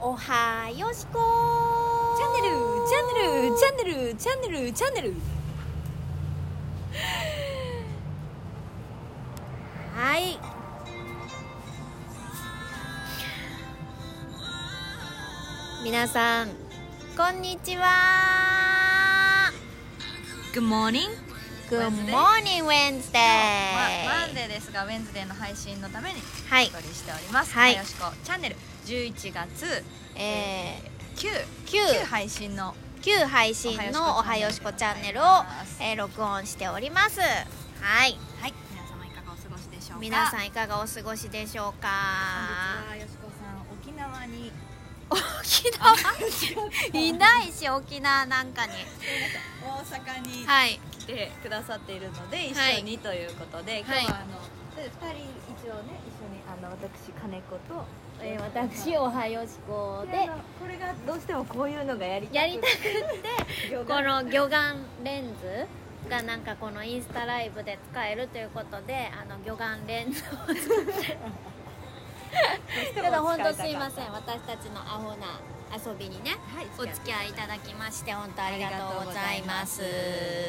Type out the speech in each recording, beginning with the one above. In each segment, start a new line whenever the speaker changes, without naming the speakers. おはよしこ
チャンネルチャンネルチャンネルチャンネルチャンネル
はい皆さんこんにちは
Good morning
Good
Wednesday
morning
マン
Wednesday
デーですがウェンズデーの配信のために
は
お
い
送りしております、
はい
よしこチャンネル11月
え
9
ー、旧
9配信の
旧配信のおはよしこチャンネルを
おはよしこチャン
えー録音しておりますはい
はい皆様いかがお過ごしでしょうか
皆さ
本
んいかがお過ごしでしょう
日
か
はよしこさん沖縄に
沖縄 いないし沖縄なんかに
大阪に
はい
来てくださっているので一
はい
緒にということで、今日はあの2人一応ね一緒にあの私金子と、えー
私おはよしこ
で
で
これがどうしてもこういうのがやりたく
やりたく
てこ
この魚眼レンズがなんかこのインスタライブで使えるということであの魚眼レンズを使ってただ本当すいません私たちのアホな遊びにね
はい
お付き合いいただきまして本当ありがとうございます
あ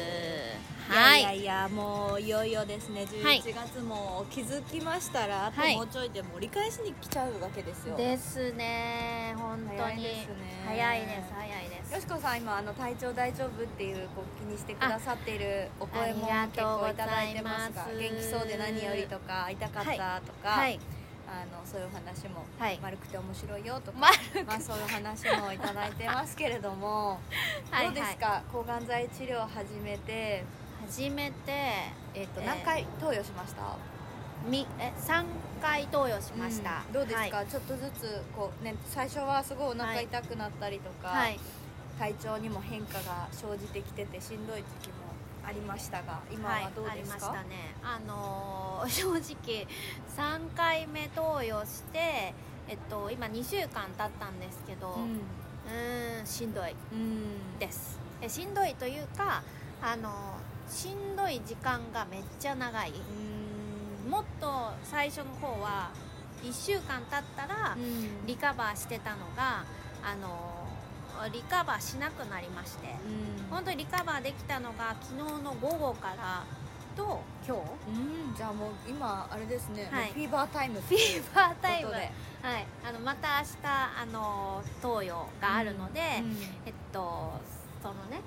いや
はい
や
い
いやもういよいよですね
はい
11月も気づきましたら、あと
はい
もうちょいでもう折り返しに来ちゃうわけですよ
ですね本当に
早いですね
早いです早いです
よしこさん今あの体調大丈夫っていうこう気にしてくださっているお声も
ああり
結
がとうご
構
ざいます
いただいてますが元気そうで何よりとか会いたかったとか、
はい
あのそういうお話も、
はい
丸くて面白いよとか、
ま
まあ、そういうお話もいただいてますけれども
はい
どうですか、抗がん剤治療を始めて、
初めて
えっと
えー
何回投与しました、
みえ3回投与しました、
うんどうですか、
はい
ちょっとずつこう、ね、最初はすごいお腹痛くなったりとか、
はい
体調にも変化が生じてきててしんどい時もありましたが今はどう
い、あり
です
まし
か、
たねあのー 正直3回目投与してえっと今2週間経ったんですけどうーんしんどい
うん、うん
ですえしんどいというかあのーしんどい時間がめっちゃ長い
うん
もっと最初の方は1週間経ったら
うん
リカバーしてたのがあのーリカバーしなくなりまして
うん
本当にリカバーできたのが昨日の午後からと今日
うんじゃあもう今あれですね、
はい
もうフィーバータイム
フィーバータイム、
と
はいい、あのまた明日あの投与があるので、
うんうん
えっとそのね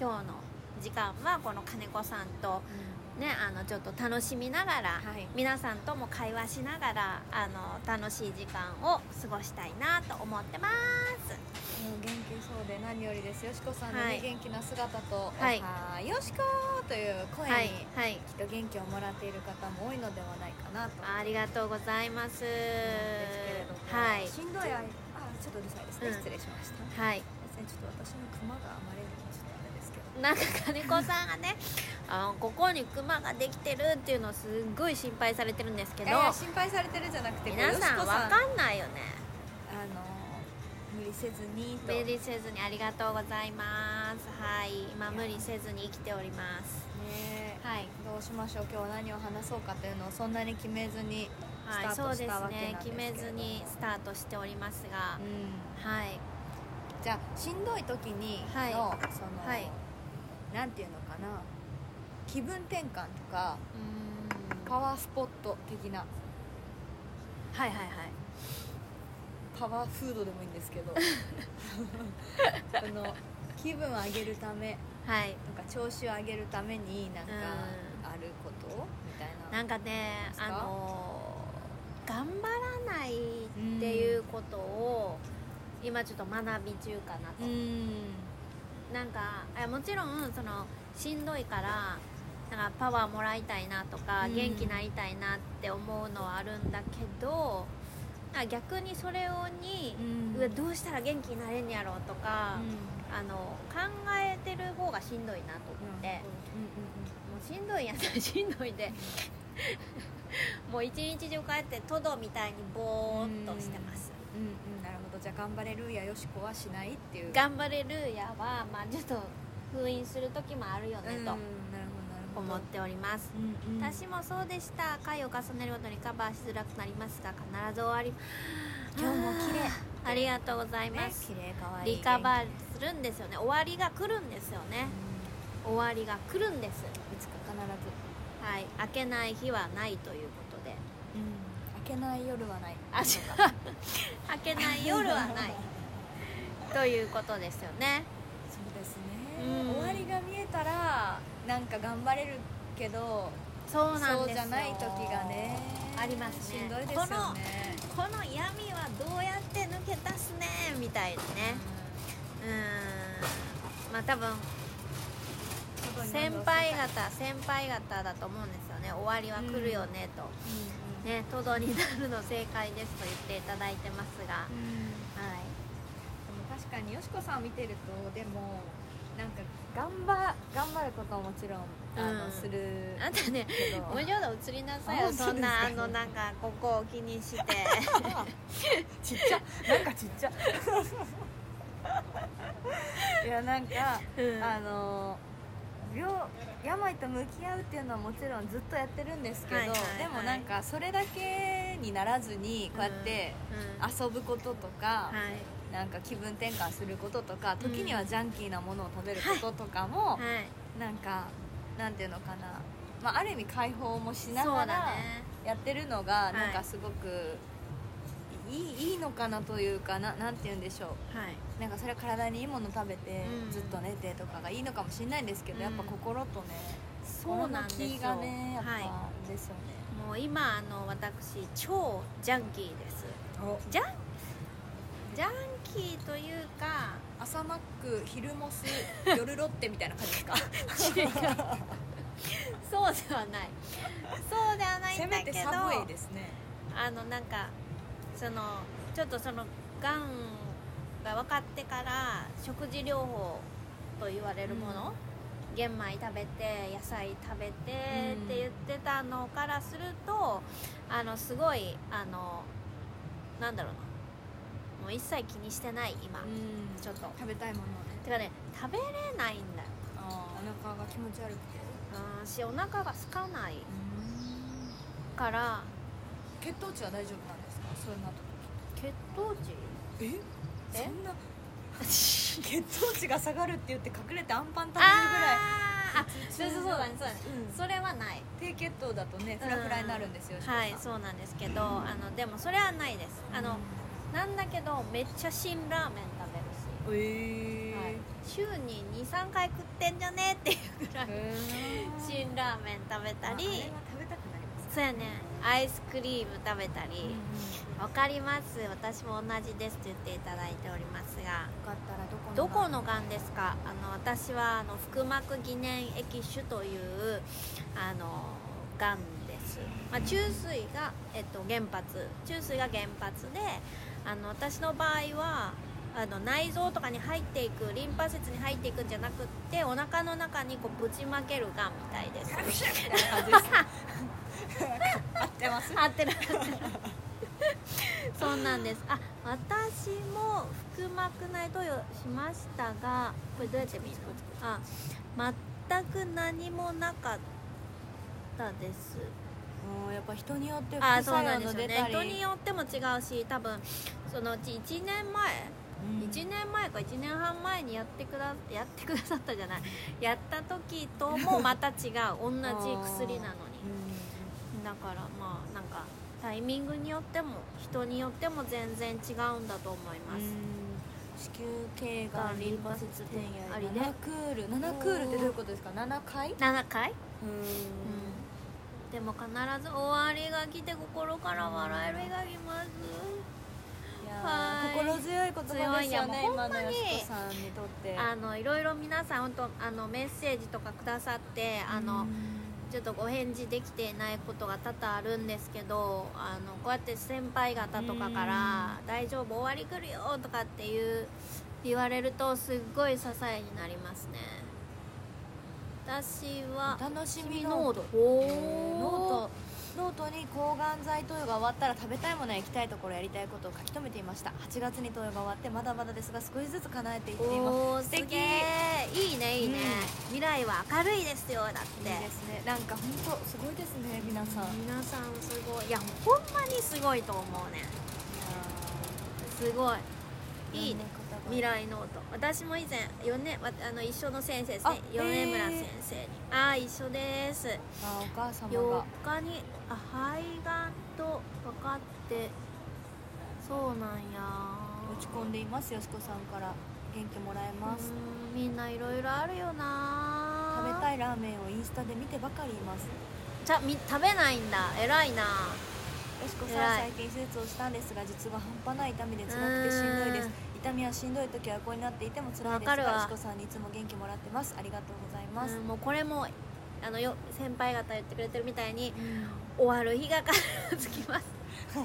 今日の時間はこの金子さんとねあのちょっと楽しみながら、
はい
皆さんとも会話しながらあの楽しい時間を過ごしたいなと思ってます
もう元気そうで何よりですよしこさんのね、
はい
元気な姿と「
はい
おはよしこ!」という声に、
はいはい
きっと元気をもらっている方も多いのではないかなと思うん
ありがとうございます
ですけれども、
はい
しんどいあいあちょっとうるさいですね、
うん
失礼しましたすい
はい
ませんちょっと私のクマがまれるのちょっとあれですけど
なんか金子さんがね あのここにクマができてるっていうのをすっごい心配されてるんですけ
い
ど
やいや心配されてるじゃなくて
皆さん
こうよしこ
わ
さん
かんないよね
あの無理せずにと
無理せずにありがとうございますはい今無理せずに生きております
ね
はい
どうしましょう今日は何を話そうかというのをそんなに決めずに
はい
スタ
そ
ー
う
ト
です
したわけ
ね
なんですけ
決
れども
めずにスタートしておりますが
う、ん
はい
じゃあしんどい時にの、
はい
その、
はい
なんていうのかな気分転換とか
うーん
パワースポット的な
はいはいはい
パワーフードでもいいんですけどその気分を上げるため
はい
なんか調子を上げるためになん
う
か
ん
あることみたいな
なんかね
です
あ
か
のー頑張らないっていうことを今ちょっと学び中かなと、
うん
なんかえもちろんそのしんどいからなんかパワーもらいたいなとか、
うん
元気になりたいなって思うのはあるんだけどなんか逆にそれをに、うわどうしたら元気になれんやろうとか、あの考えてる方がしんどいなと思って、もうしんどいんやったらしんどい でもう一日中こうやってトドみたいにボーっとしてます、
うんうんうんうんうんなるほどじゃあ頑張れるやよしこはしないっていう
頑張れるやは、まあ、ちょっと封印する時もあるよ
うん
ね
なる
と
ほどなるほど
思っております、
うんうん
私もそうでした回を重ねるごとにカバーしづらくなりますが必ず終わり
今日も綺麗
あーあありがとうございま
ね
す、
綺麗可愛い
リカバーするんですよね終わりが来るんですよね
う
終わりが来るんです
んいつか必ず、
はい明けない日はないということで
開けない夜はない
あそう明けない夜はないということですよね
そうですね、
うん
終わりが見えたらなんか頑張れるけど
そう
そう
なんですよ
じゃない時がね
ありますね
しんどいですよね
このこの闇はどうやって抜け出すねみたいなねうーんまあ多分
うん
先輩方先輩方だと思うんですよね終わりは来るよねと、
うん
ねトドになるの正解ですと言っていただいてますが、
うん
はい
でも確かによしこさんを見てるとでもなんか頑張頑張ることはもちろんあの、
うん
する
あんたね
けど
無料で移りなさいよ
あ
そ
そうんです
な
か
あのなんかここを気にして
ちっちゃなんかちっちゃ いやなんか、
うん
あの病病と向き合うっていうのはもちろんずっとやってるんですけど、
はいはいはい
でもなんかそれだけにならずにこうやって
うん
遊ぶこととか、
はい
なんか気分転換することとか時にはジャンキーなものを食べることとかも、
はい
なんかなんていうのかな、まあ、ある意味解放もしな
そ
が
うだ
ら
ね
やってるのが
い
なんかすごくいい,、い、いのかなというかななんて言うんでしょ
はい、
うなんかそれは体にいいもの食べて
うん
ずっと寝てとかがいいのかもしれないんですけど、
うん
やっぱ心とね
そうなんですよ
心の気がねやっぱ、
はい
ですよね
もう今あの私超ジャンキーですジャンジャンキーというか
朝マック昼モス 夜ロッテみたいな感じですか
そうではないそうでは ない
せ
んだ
め
け
て
ど
寒いですね
あのなんかそのちょっとそのがんが分かってから食事療法と言われるもの、玄米食べて野菜食べて
うん
って言ってたのからするとあのすごいあのなんだろうなもう一切気にしてない今、
うん
ちょっと
食べたいものをね
てかね食べれないんだよ
あーお腹が気持ち悪くて
うんしお腹が空かないから
血糖値は大丈夫なんですかそうなと
血糖
え
え
そんな
値
血糖値が下がるって言って隠れてアンパン食べるぐらい
あーあそうそうそうだねそうだね
うん
それはない
低血糖だとねフラフラになるんですよ、
はい
う
そうなんですけどあのでもそれはないですあのなんだけどめっちゃ辛ラーメン食べるし
ええ
はい、週に23回食ってんじゃねっていうぐらい辛ラーメン食べたり
あれは食べたくなります
そうやねアイスクリーム食べた
うん
りわかります私も同じですって言っていただいておりますが
よかったらどこの
どこのがんですかあの私はあの腹膜疑念液腫というあのがんです、まあ、中水が、えっと、原発中水が原発であの私の場合はあの内臓とかに入っていくリンパ節に入っていくんじゃなくってお腹の中にこうぶちまけるがんみたいです
みたいな感じです合ってます
合ってる合ってるそうなんですあ私も腹膜内投与しましたがこれどうやって見るのあ全く何もなかったです
うんやっぱ人によって
あ
副
そう
作
な
用
んで
の
すよ
出
ね
たり
人によっても違うし多分そのうち1年前
うん
1年前か1年半前にやってくだやってくださったじゃないやった時ともま た違う同じ薬なのに
うん
だからまあなんかタイミングによっても人によっても全然違うんだと思います、
子宮頸がんリンパ節転移
あ
あ
り
り
ね
7クール7クールってどういうことですか7回うん
7回、でも必ず終わりが来て心から笑える日が来ます
いや
は
ー
い
心強い言葉です
強
よね
いいやもうほ
今
んま
の
に
よしこさんにとって
あのいろいろ皆さん本当あのメッセージとかくださってあの、ちょっとお返事できていないことが多々あるんですけどあのこうやって先輩方とかから「大丈夫終わり来るよ」とかっていう言われるとすっごい支えになりますね私は
お楽しみ
ノ
ノ
ート
ート
お
え
ー
ーノートノートに抗がん剤投与が終わったら食べたいものや行きたいところやりたいことを書き留めていました8月に投与が終わってまだまだですが少しずつ叶えていっています
おー
素
す
敵
げえいいねいいね、未来は明るいですよだって
いいですねなんか本当すごいですね皆さん
皆さんすごいいやほんまにすごいと思うねすごいいいね未来ノート私も以前4年わあの一緒の先生ですね
あへ
米
ー
村先生にああ一緒です
あお母様
4
が
日にあ肺がんと分かってそうなんや
落ち込んでいますよしこさんから元気もらえます
うーんみんないろいろあるよな
食べた
い
いラーメンをインスタで見てばかりいます
じゃみ食べないんだ偉いな
よしこさん
偉い
最近手術をしたんですが実は半端ない痛みで辛くてしんどいです
うん
痛みはしんどい時は横になっていても辛いです
わかるわ
がよしこさんにいつも元気もらってますありがとうございます、
うんもうこれもあのよ先輩方言ってくれてるみたいに終わる日が必ず来ます
さ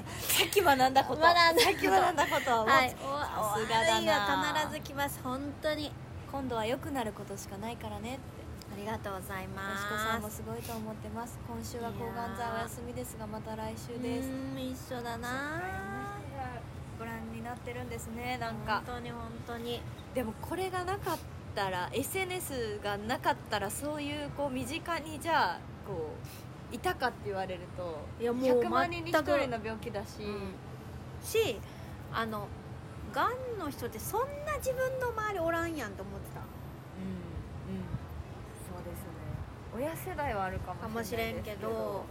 っき学んだこと
学んだこと
さっき学んだことはもう、
はい
さす
終
が
わ
だ
る日は
な
必ず来ます本当に
今度は良くなることしかないからねって
ありがとうござい
よしこさ
ま
んも
す
すごいと思ってます今週は抗がん剤お休みですがまた来週です
うーん一緒だな
ご覧になってるんですねなん
本
か
当に本当に
でもこれがなかったら SNS がなかったらそういうこう身近にじゃあこういたかって言われると
いやもう
100万人に1
全く
人の病気だし、
しあのがんの人ってそんな自分の周りおらんやんと思ってた
そうですね親世代はあるか
かもしれんけど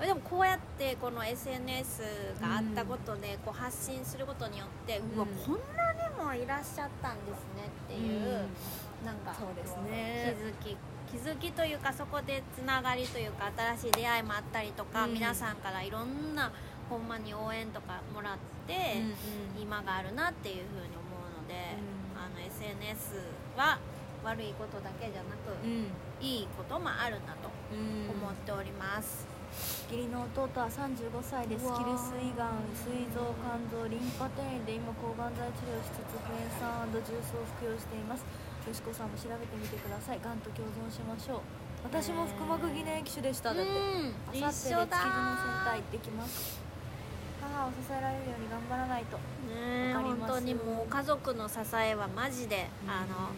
でもこうやってこの SNS があったことでこう発信することによって、うわ
うん
こんなにもいらっしゃったんですねっていう、なんか
そうです
気
ね
づき気づきというかそこでつながりというか新しい出会いもあったりとか、
うん
皆さんからいろんなほんまに応援とかもらって、
うん
今があるなっていうふうに思うので、
うん
あの SNS は悪いことだけじゃなく、
うん
いいこともあるなと
うん
思っております、
義理の弟は35歳です
うわー
キルス胃がん膵臓肝臓リンパ転移で今抗がん剤治療しつつクエン酸重曹を服用していますよしこさんも調べてみてくださいがんと共存しましょう私も腹膜疑念液種でしただって
う
明
ん
後日
一緒だ
で築地のセンター行ってきます母を支えられるように頑張らないと
ねえ
わか
本当
ります
にもう家族の支えはマジで、あの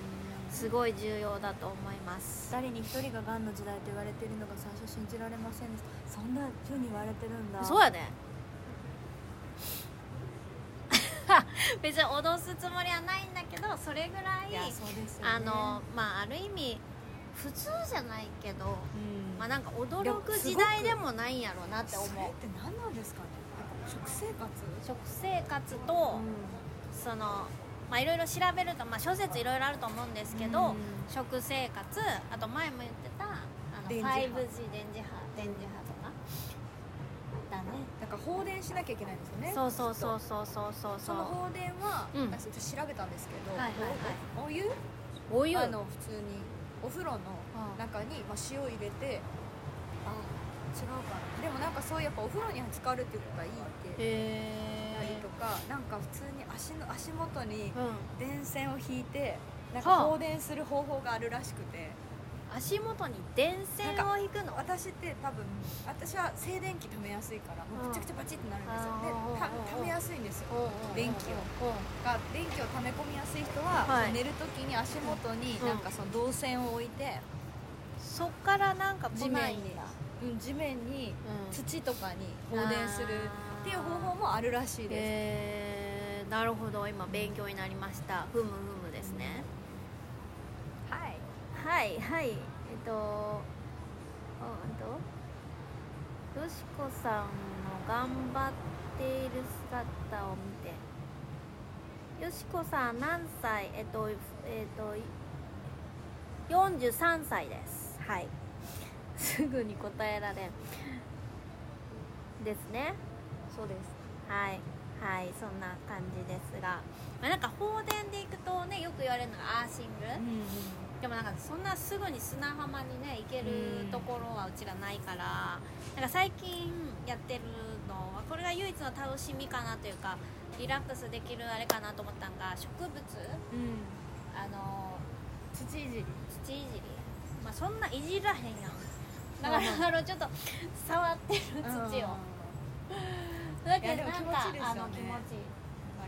すごい重要だと思います、
2人に1人ががんの時代と言われているのが最初信じられませんでしたそんな風に言われてるんだ
そうやね 別に脅すつもりはないんだけどそれぐら
いや
い
そうですよね
あのまあある意味普通じゃないけど、
うん
まあ、なんか驚く時代でもないんやろうなって思う
それって何なんですかねなんか食生活
食生活と、そのまあいろいろ調べると、まあ、諸説いろいろあると思うんですけど、
うん
食生活あと前も言ってたあの 5G
電
電
磁
磁
波
波電磁波とかだね
なんか放電しなきゃいけないんですよね
そうそうそう
きっ
そうそうそう
と
そ
そうの放電は、
うん
私ちょっと調べたんですけど、
はいはいはい
おお
お
湯
湯
あの普通にお風
う
呂の
ん
中に、まあ、塩入れてあ違うかなでもなんかそういうやっぱお風呂に浸かるっていうことがいいって
へ
言ったりとかなんか普通に足の足元に
ーうん
電線を引いてなん
はあ
か放電する方法があるらしくて、
足元に電線を引くの
私って多分私は静電気溜めやすいからもうぐちゃぐちゃバチってなるんですよ、
うん
でた溜めやすいんですよ電気
を、
が電気を溜め込みやすい人は、
はい
その寝る時に足元に
うん
なんかその導線を置いて、
そっからなんか来ないん
地面
だ、
にうん
うん
地面に土とかに放電するっていう方法もあるらしい
え
です、
ー、なるほど今勉強になりましたふむふむですね
はい
はいはいえっとあえっとよしこさんの頑張っている姿を見てよしこさん何歳えっとえっとい43歳ですはい すぐに答えられんですね
そうです
はいはいそんな感じですが、まあ、なんか放電で行くとねよく言われるのがアーシング、でもなんかそんなすぐに砂浜にね行け
う
る
ん
ところはうちらないから、なんか最近やってるのはこれが唯一の楽しみかなというかリラックスできるあれかなと思ったのが植物あの
土いじり
土いじり、まあ、そんないじらへんやんだからあのちょっと触ってる土を、だけどなんか
いやでも気持ちいいですよ
あの気
ね
持ちいい、
あ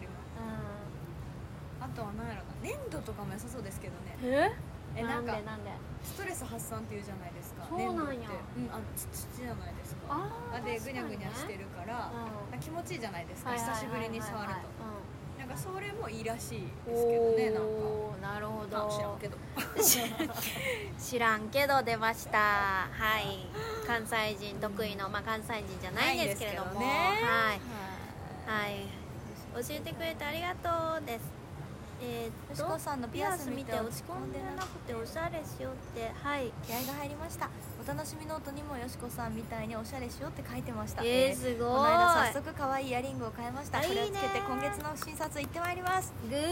ります
う
あとは何やろな粘土とかも良さそうですけどね
ん、え
えなん
んで
か
なんで
ストレス発散っていうじゃないですか
そうなんや
粘土ってうん、あ土土じゃないですか
あー
で
確かに
ぐに
ね
ゃぐにゃしてるから、
うん
なんか気持ちいいじゃないですか、
はいはいはいはい
久しぶりに触る
うん
と、なんかそれももいいらしいですけど
お
ねなんか
ーなるほ
あ知ら
ど
んけど
知らんけど出ましたはい関西人得意の、まあ、関西人じゃないんですけれども
ないですけどね
はい
はい
はい、教えてくれてありがとうです。えー、っ
星子
と、
さんのピ
ピ
ア
ア
ス
ス
見
見
て
て
落
落
ち
ち
込
込
ん
ん
で
で
な
な
く
く
て
ておしゃれしようって、はい。
気合が入りましたお楽しみノートにもよしこさんみたいにおしゃれしようって書いてました
えー、すごい。
この間早速可愛いイヤリングを買いました
あい
こ
いね
れをつけて今月の診察行ってまいります
グー。
ね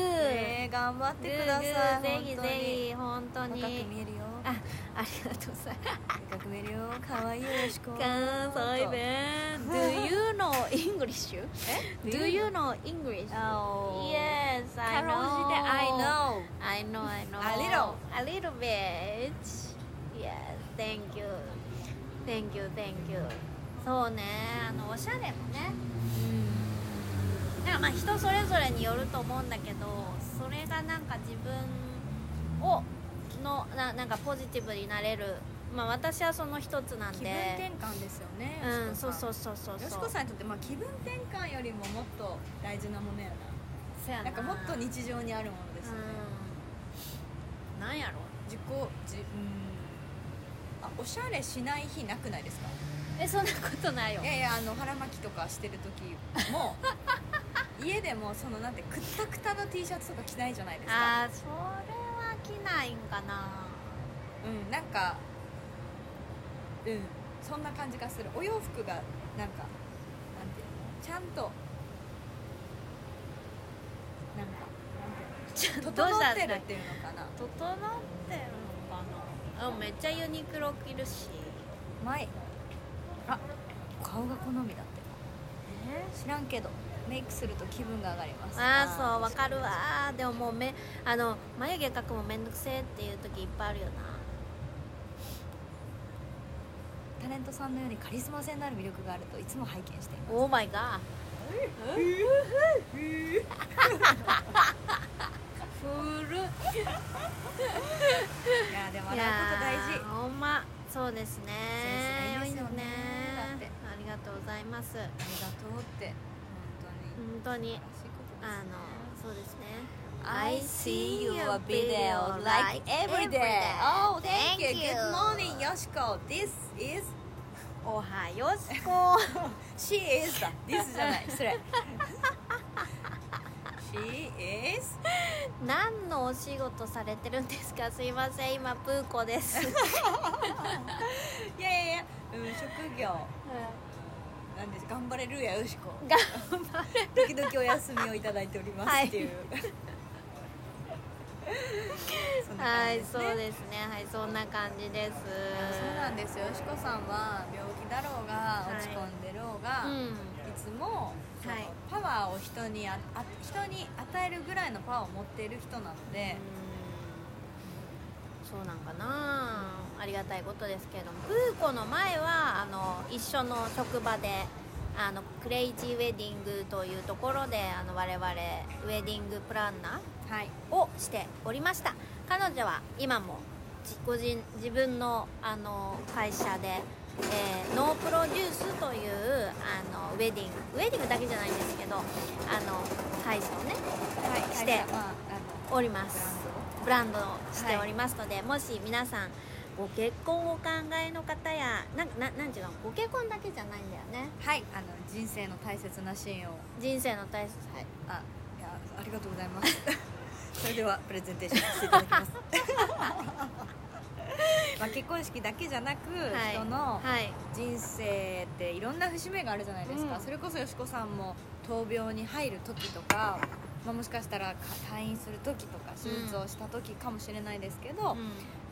え頑張っ
グ
て
ー
ください
グーぜひぜひ、本当
本当に
に。
若く見えるよ
あ、ありがとうございます。
若く見えるよ可愛いよよしこ
関西弁。Do you know English?
え
Do you know English?
あ
Yes, I
カ
know.
ロンジで I know
I know, I know.
A little.
A little bit. Yes, thank you. Thank you, thank you. そうね、あの、おしゃれもね。なんかまあ人それぞれによると思うんだけど、それがなんか自分を、のななんかポジティブになれる。まあ私はその一つなんで。
気分転換ですよね
うん、そうそううそうそうそう。
よしこさんにとってまあ気分転換よりももっと大事なものや
そや
ななんかもっと日常にあるものですよね、
うん。なんやろ
自己じうんあおしゃれしない日なくないですか
え、そんなことないよ
い。やいやあの腹巻きとかしてる時 も家でもそのなんてくったくたの T シャツとか着ないじゃないですか
あーそれは着ないんかな
うんなんかうんそんな感じがするお洋服がなんかなんていうのちゃんとなんか
ちょっ
な
と
んて
どう
いう
し
の整
た
っ
んで
て
す
る
か
っていうのかな
整ってるのかなあめっちゃユニクロ着るし
前あ顔が好みだって
え
知らんけどメイクすると気分が上がります
ああそうわかるわでももうめあの眉毛描くもめんどくせえっていう時いっぱいあるよな
タレントさんのようにカリスマ性のある魅力があるといつも拝見しています
オーマイガー古っ
いやでも
い
笑
や
うこと大事
ーほんまそうですね
センスがいいですよね
多い
だって
ありがとうございます
ありがとうって本
本
当に
当に
素晴らしいことですね
あのそうですね
I see your video like every day. Oh, thank you. Good morning, Yoshiko. This is
おはよしこ
she is だ。This じゃない。 失礼。she is
何のお仕事されてるんですかすいません今プーコです
いやいやいや。うん職業なんです。頑張れるやよしこ。
頑
時々お休みをいただいておりま
は
す
い
っ ていう。そんな
はい
感じです
そ
ね
うですねはいそんな感じです
そうなんですよ。よしこさんは病気だろうが
はい
落ち込んでろうが、
うん
いつも、その
はい
パワーを人にああ人に与えるぐらいのパワーを持っている人なので、
うんそうなんかなありがたいことですけれどもプーコの前はあの一緒の職場であのクレイジーウェディングというところであの我々ウェディングプランナ
はい。
ーをしておりました彼女は今も自個人自分のあの会社で、えーノープロデュースというあのウェディングウェディングだけじゃないんですけどあの会社をね
はい。
して
会社まああ
おりま
のブ
す
ランド
ブ
を
ランドをしておりますので、もし皆さんご結婚をお考えの方やなんかななんていうのご結婚だけじゃないんだよね
はい。あの人生の大切なシーンを
人生の大切さ
はい。あいやありがとうございます。 それではプレゼンテーションさせていただき ます。まあ結婚式だけじゃなく、
はい
人の、
はい
人生っていろんな節目があるじゃないですか、
うん
それこそよしこさんも闘病に入る時とか、まあ、もしかしたらか退院する時とか手術をした時かもしれないですけど、
うん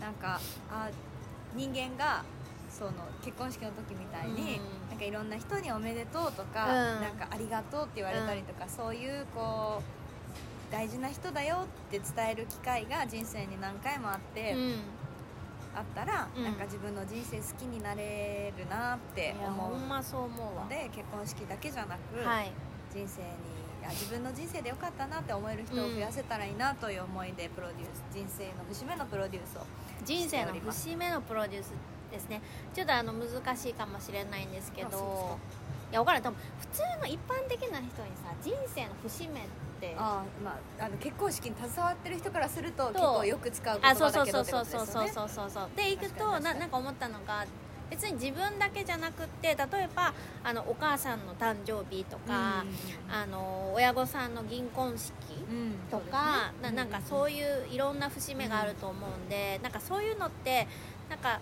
なんかあ人間がその結婚式の時みたいに、
うん
なんかいろんな人に「おめでとう」とか「
うん
なんかありがとう」って言われたりとか、そういうこう大事な人だよって伝える機会が人生に何回もあって。
うん
あったら、
うん
なんか自分の人生好きになれるなって
いや
思
ほ
うん
まそう思うわ
ので結婚式だけじゃなく、
はい
人生にあ自分の人生でよかったなって思える人を増やせたらいいなという思いでプロデュース人生の節目のプロデュースを
人生の
しております
節目のプロデュースですねちょっとあの難しいかもしれないんですけ
あそうです
どいや分からない多分普通の一般的な人にさ人生の節目って
あーまあ、あの結婚式に携わってる人からすると
う
結構よく使う言
あそう
葉
そ
だ
う
け
そ
ど
う
って
そ
こ
う
とですよ
そう
ね
そうそうそうそうで行く
確か
と
に確か
な
に
なんか思ったのが別に自分だけじゃなくって例えばあのお母さんの誕生日とか、あの親御さんの銀婚式
うんうん
と
そう
か、ななんかそういういろんな節目があると思うんで、なんかそういうのってなんか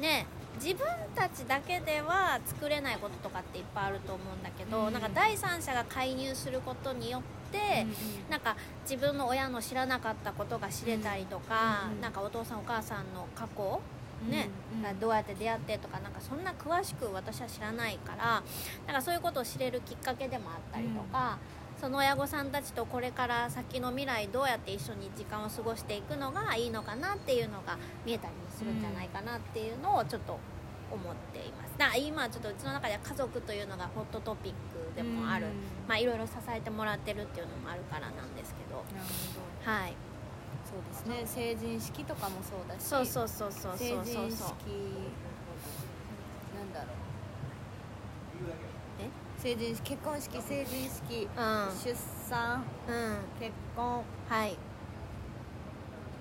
ね自分たちだけでは作れないこととかっていっぱいあると思うんだけど、
うん
なんか第三者が介入することによって、
ですね
なんか自分の親の知らなかったことが知れたりとか、
うんうん
なんかお父さんお母さんの過去
うん
ね
うん
がどうやって出会ってとかなんかそんな詳しく私は知らないからなんかそういうことを知れるきっかけでもあったりとか、その親御さんたちとこれから先の未来どうやって一緒に時間を過ごしていくのがいいのかなっていうのが見えたりするんじゃないかなっていうのをちょっと思っています。だから今ちょっとうちの中では家族というのがホットトピックでもある、
うん
まあいろいろ支えてもらってるっていうのもあるからなんですけど。
なるほど
はい、
そうですね成人式とかもそうだし
そうそうそうそうそう
成
そう
人式
そう
なんだろう
え
成人式結婚式成人式、
う
出
ん
産
うん
結婚
はい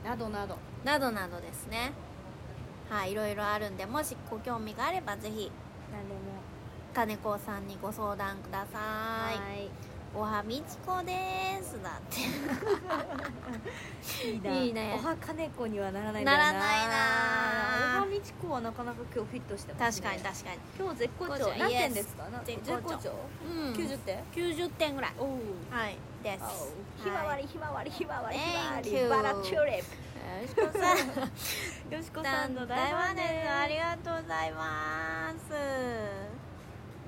などなど
などなどですねはいいろいろあるんでもしご興味があればぜひ
何でも
金子さんにご相談ください
い
おはみちこですだっ
いい
な
ないいねおはかねこにはならないんだ
な
よ
らないな
おはみちこはなかなか今日フィットして
て
ま
確
す、
か
ね、
に
に
確かに
今日絶好
絶好
調
調
何
Yes
点ですかな
絶好調うん
90点
90点ぐらい
おお
はいです
ひまわりひまわりひまわりひまわ
Thank you
りバラチューリッ
はいよろしく さん
プよしこ
な
さ
ん
ん
だ
の
よ
大ファン
ね
です
ありがとうございます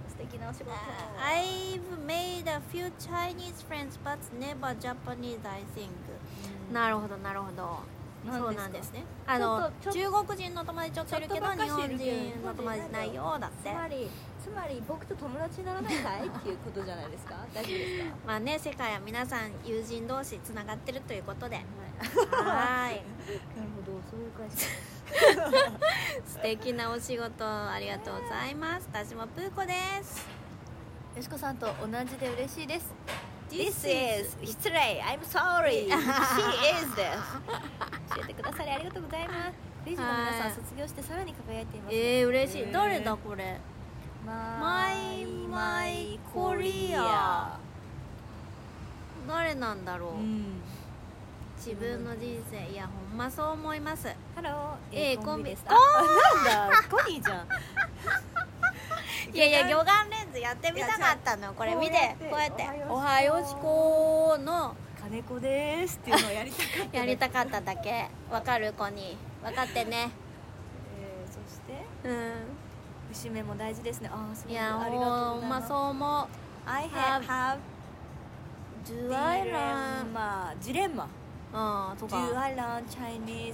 素敵なお仕事
I've made a few Chinese friends but never Japanese I think なるほどなるほどそうなんですねあの
ちょっとち
中国人の友達ちょっといるけど
ちょっとば
日
っかしい
本
るけど
人の友達いないよだっ
つ
て
まりつまり僕と友達にならないかいっていうことじゃないですか大丈夫 ですか
まあね世界は皆さん友人同士つながってるということで
なる
はーい
ほどそういう会社
素敵なお仕事ありがとうございます私もプーコです
よしこさんと同じで嬉しいです
This is
失礼 I'm sorry she is です教えてくださりありがとうございますレジの皆
は
さ
い
ん卒業してさらに輝いています
えー、嬉しい、
えー
どれだこれ
マ
My-
イ
My
コリ
Korea
ア
誰なんだろう、
ん
自分の人生いやほんまそう思います
ハロー
A コンビ
ですあなんだコニーじゃん
いやいや魚眼レンズやってみたかったのこれ見てこ
こ
う
う
や
や
っ
ってて
「お
お
は
は
よ
よ
し
し
こ」の
金子ですっていうのをやりたかった
やりたかっただけわかる子に分かってね
えーそして
うん
節目も大事ですねああすご
い
い
や
ありがとう
ほ
ご
ん
ざいま
ますそう思う
I have, have
Do I learn?
dilemma ジレンマ
うんと
Do
か
I learn Chinese?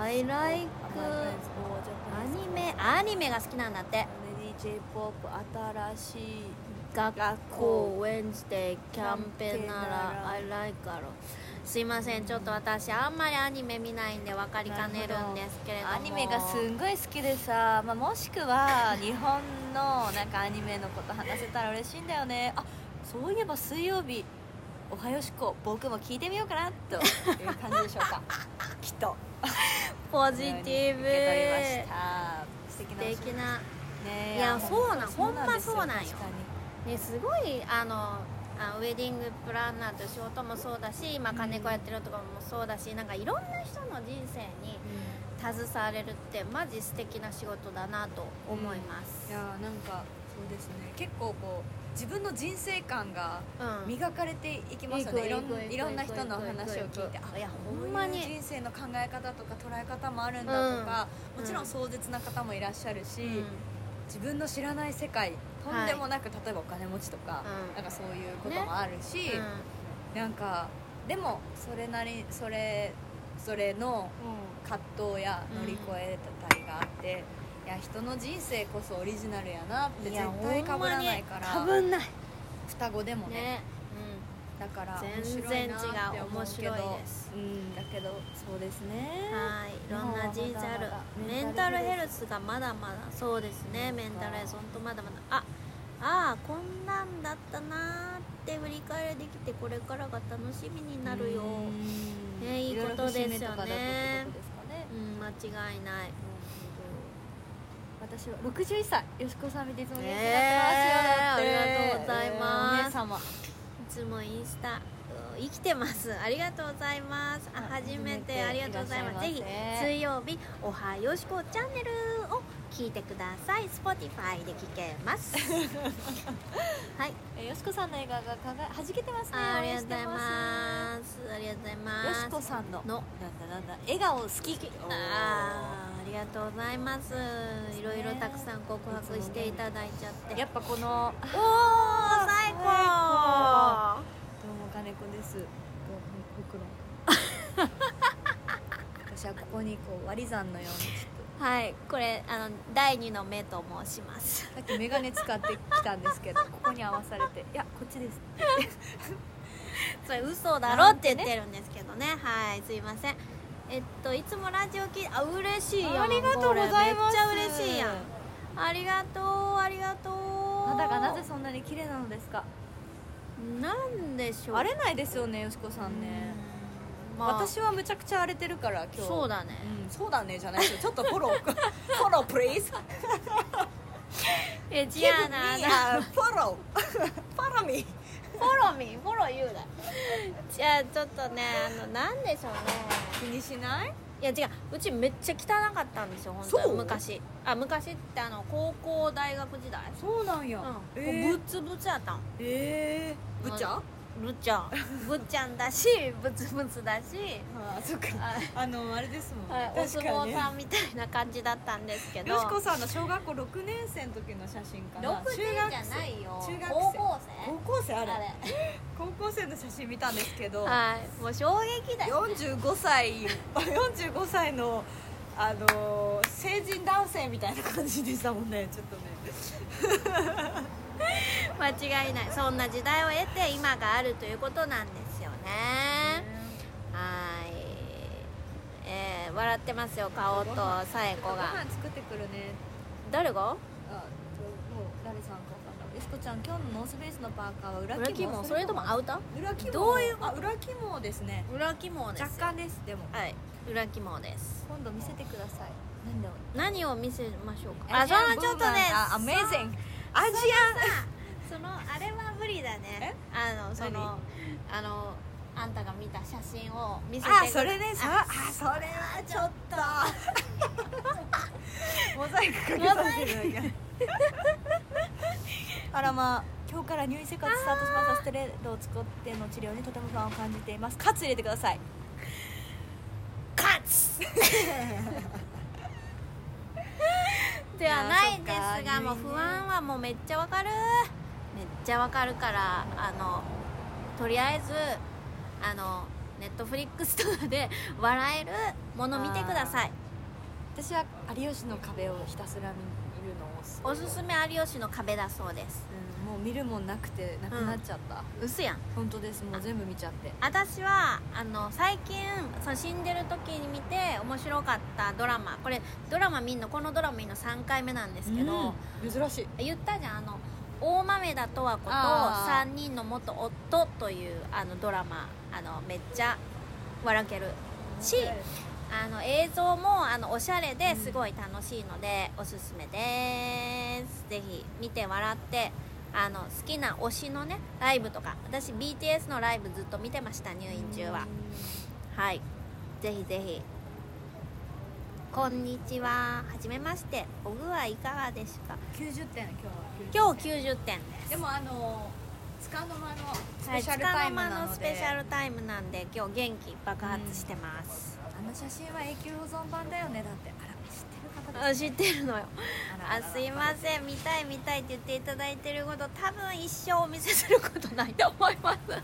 I like
American
ア
or
ニメアニメが好きなんだって
Japanese? J-POP 新しい
学
学
校
校
Wednesday キャンペーンなら I like アロすいませんちょっと私あんまりアニメ見ないんで分かりかねるんですけれども
アニメがすんごい好きでさ、まあ、もしくは日本のなんかアニメのこと話せたら嬉しいんだよねあそういえば水曜日おはよしこ僕も聞いてみようかなという感じでしょ うかきっと
ポジティブ
受け取りました素敵な
素
お仕事
敵な
ね
いやそうなん
ですよ
ほんまそうなんよ
確か
ねすごいあのあウェディングプランナーという仕事もそうだし今金子やってるとかもそうだし、なんかいろんな人の人生に
に
携われるってマジ素敵な仕事だなと思います
い、やなんかそうですね結構こう自分の人生観が
うん
磨かれていきますよねいろんいろんな人の話を聞いてあ
いや
こ
ほ
うん
まに
いう人生の考え方とか捉え方もあるんだとか、
うん
もちろん壮絶な方もいらっしゃるし、
うん
自分の知らない世界とんでもなく、例えばお金持ちとか、
うん
なんかそういうこともあるし、なんかでもそれなりそれそれの葛藤や乗り越えたりがあって、いや人の人生こそオリジナルやなって
い
絶
や
対かぶらないから
ほんまに被んない
双子でも
ね、
ねだから
全
面白
然
いなって思うけ
違
ど
う面白いです
うんだけどそうです
う
ね
ん、はいいろんな人生ある
まだまだ
メンタルヘルスがまだまだそうですねメンタルヘルス本当まだまだあああこんなんだったなーっって振り返りできてこれからが楽しみになるよ
うん
ねいいことですよね
いろいろ節目とかだとってことですかね
うん間違いない
私は61歳よしこさん見ていつも元気になってますよ、だって
えーあり
えーお姉
がとうございます
様
いつもインスタうん生きてますありがとうございますあ
あ
初めてありがとうございますぜ
いらっし
ひ
ゃいませ
水曜日おはよしこチャンネルを聞いてください Spotify で聞けますはい
えーよしこさんの映画がかがはじけてますね
あありがとうご
応援し
ざい
て
ますありがとうござい
よ
ます
しこさんの
の
なんだなんだ笑顔好き
あーありがとうございますいろいろたくさん告白していただいちゃって
やっぱこの
おー最高
どうも金子ですどうもご苦 労私はここにこう割り算のようにちょっ
はいこれあの第二の目と申します
とさっき眼鏡使ってきたんですけどここに合わされていやこっちです
それ嘘だろって言ってるんですけどねはいすいませんえっといつもラジオ聞いあ嬉しいやん
ありがとうございます
これめっちゃ嬉しいやんありがとうありがとう
あなたがなぜそんなに綺麗なのですか
なんでしょう
荒れないですよねよしこさんね、
うんまあ
私はむちゃくちゃ荒れてるから今日
そうだね
うん、そうだねじゃないですよちょっとフォロ ーフォロープリーズ
えジアナあな
フォローフォローミー
フォローミーフォロー言うだじゃあちょっとねあのなんでしょうね
気にしない
いや違ううちめっちゃ汚かったんですよ本当
そう
に昔あ昔ってあの高校大学時代
そうなんや、
うん、
え
もうぶ
ー
っ、つぶつやったん
えー、ぶっちゃ、
うんぶっち ゃんぶっちゃんだしぶつぶつだし
ああそっか
あ
あのあれですもん、
はい、お
確
相
か
撲
に
さんみたいな感じだったんですけど
よしこさんの小学校6年生の時の写真かな
6年じゃ
中学
ないよ
中学生
高校
生高校生あ
生
れ
あれ
高校生の写真見たんですけど、
はいもう衝撃だよ
45歳 45歳のあのー成人男性みたいな感じでしたもんねちょっとね
間違いないそんな時代を得て今があるということなんですよねはい、えー、笑ってますよ顔とさえ
ご
こが
飯作ってくるね
誰が
あもう誰さんかわかんないよしこちゃん今日のノースベースのパーカーは裏
裏
キ
キ
モ
モそれともアウタ
裏キモ
どういう
あ裏キモですね
ー裏キモです
若干ですでも
はい裏キモです
今度見せてください何だろう
何を見せましょうかあそのちょっとね
あアメージングアジ
そのあれは無理だね
え
あのその
何
あのあんたが見た写真を見せて
アンあ
く
それねさあそれはちょっと モザイクかけさせていただきますあらまあ今日から入院生活スタートしましたステレドを使っての治療にとても不安を感じていますカツ入れてください
カツ ではないんですが
あー
もう
そっか
不安はもうめっちゃわかるめっちゃわかるからあのとりあえずあのネットフリックスとかで 笑えるもの見てください
私は有吉の壁をひたすら見るのをす
おすすめ有吉の壁だそうです
うんもう見るもんなくてなくなっちゃった、
嘘やん
本当ですもう全部見ちゃって
私はあの最近その死んでる時に見て面白かったドラマこれドラマ見んのこのドラマ見んの3回目なんですけど、
うん珍しい
言ったじゃんあの大豆田十和子と
あ
3人の元夫というあのドラマあのめっちゃ笑けるしあの映像もあのおしゃれですごい楽しいので、おすすめですぜひ見て笑ってあの好きな推しのねライブとか私 BTS のライブずっと見てました入院中ははいぜひぜひこんにちははじめましてお具合いかがですか
90点今日
今
は
日90点です
でもあのつかの間のス
は
ペ
い、
シ
つ
ャル
か
タ
の
イム
間
なの
の
で
スペシャルタイムなんで今日元気爆発してます、
あの写真は永久保存版だよねだってあら知って
あ知って
る方
るのよ
あ
あすいません見たい見たいって言っていただいてること多分一生お見せすることないと思います
せん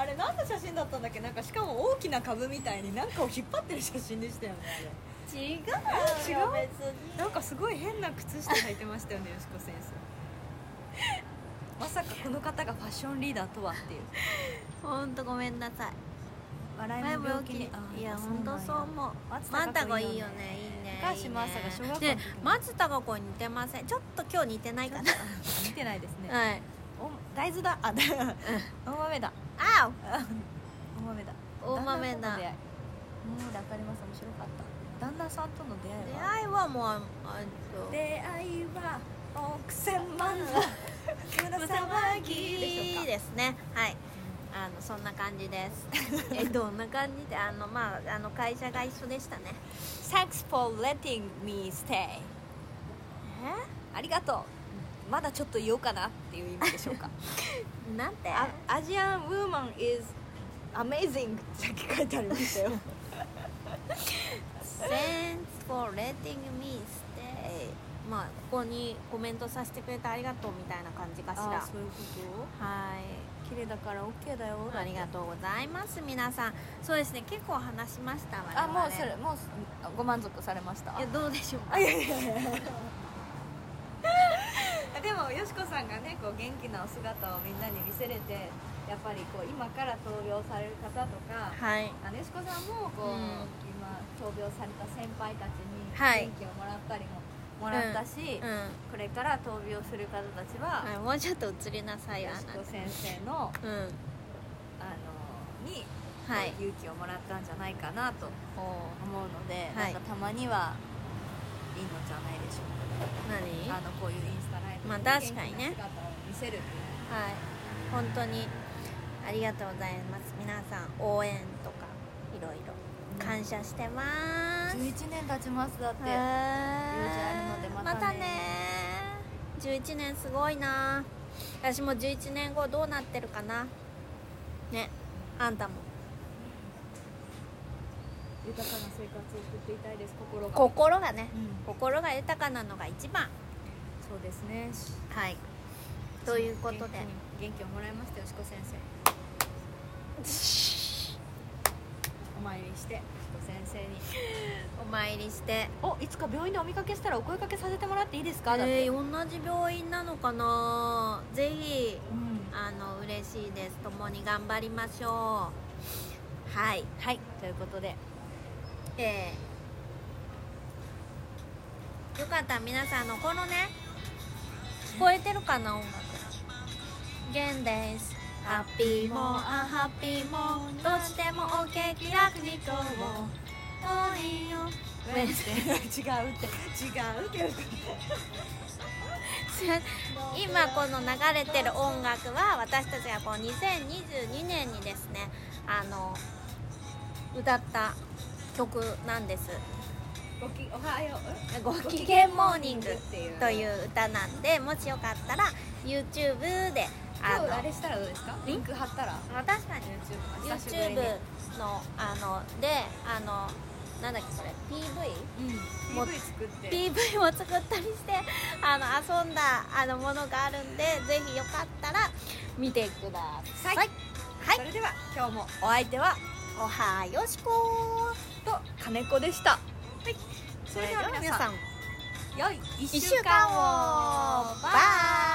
あれ何の写真だったんだっけなんかしかも大きな株みたいになんかを引っ張ってる写真でしたよね
違
あ
う
違う
別に
れなんかすごい変な靴下履いてました よねよしこ先生まさかこの方がファッションリーダーとはっていう
本当ごめんなさい
笑
前
いも
も病
病気
気
に
に
あ
いや本当そう思う
松たか子
松たがいいよねいい
いいよね
ね
高橋
いいね
真麻が小学校の時
で松たか子に似てませんちょっと今日似てないかな
見てないですね
はい
お大豆だ あ大豆
あ
だ
お
大豆だ
大豆
旦那さんとの
だ
出会いうんわかります面白かった旦那さんとの出会い
出
は
会いはもうああ
出会いは億千万の胸騒ぎでしょ
いいう
か
ですねはいあのそんな感じです えどんな感じであのまああの会社が一緒でしたね
Thanks for letting me stay ありがとうまだちょっといようかなっていう意味でしょうか
えなんて
あアジアンウーマン is amazing ってさっき書いてありましたよ
Thanks for letting me stay まあここにコメントさせてくれてありがとうみたいな感じかしら
あそういうこ
はい
と綺麗だから OK だよ
ありがとうございます皆さんそうですね結構話しました我
あ
々
もうそれもうご満足されました
いやどうでしょうか
あいやいやいやでもよしこさんがねこう元気なお姿をみんなに見せれてやっぱりこう今から闘病される方とか
はい
あのよしこさんもこう、
うん
今闘病された先輩たちに
はい
元気をもらったりももらったし、
うん、
これから闘病する方たちは、
はい、もうちょっと映りなさい
よ
よ
しこ
あ
先生の
なたうん
あのに、
はい
勇気をもらったんじゃないかなと
おー
思うので、
はい
なんかたまにはいいのじゃないでしょうか。
何
あのこういうインスタライブ
まあ確かにね
元気な姿を見せる
はい、本当にありがとうございます。皆さん応援とかいろいろ感謝してます。
十一年経ちますだって
はい
るのでま
ま
たね
たね。11年すごいな。私も11年後どうなってるかな。ね、あんたも。
豊かな生活を送っていたいです心が、
心がね、
うん
心が豊かなのが一番。
そうですね
はい。ということで。
元気に元気をもらいましたよしこ先生お参りしてよしこ先生に
お参りして。
おいつか病院でお見かけしたらお声かけさせてもらっていいですかだって、
えー、同じ病院なのかなぜひ
うん
あの嬉しいです共に頑張りましょうはい
はいということで
えー、よかったら皆さんあのこのね聞こえてるかな音楽弦ですハッピーもアハッピーもどうしても OK 気楽に今日 も遠いよ
違うって違うってよしこ
今この流れてる音楽は私たちがこう2022年にですねあの歌った曲なんです
ごきおはよ
「
う
ご機嫌モーニング」
ていう
という歌なんでもしよかったら YouTube であ
今
の
日あれしたらどうですかリンク貼ったら
あ確かに
YouTube 久しぶりに
YouTube のあのであのなんだっけこれ PV?
うん
も
PV 作って、
PV を作ったりしてあの遊んだあのものがあるんでぜひよかったら見てください。
は
はいい、
それでは今日もお相手は
おはよしこ
と金子でしたはいそ
そ
れ
れで
では
は
皆
皆
さん
さん
良い1
一
週
週間
間を
を
バ
バ
イ
イ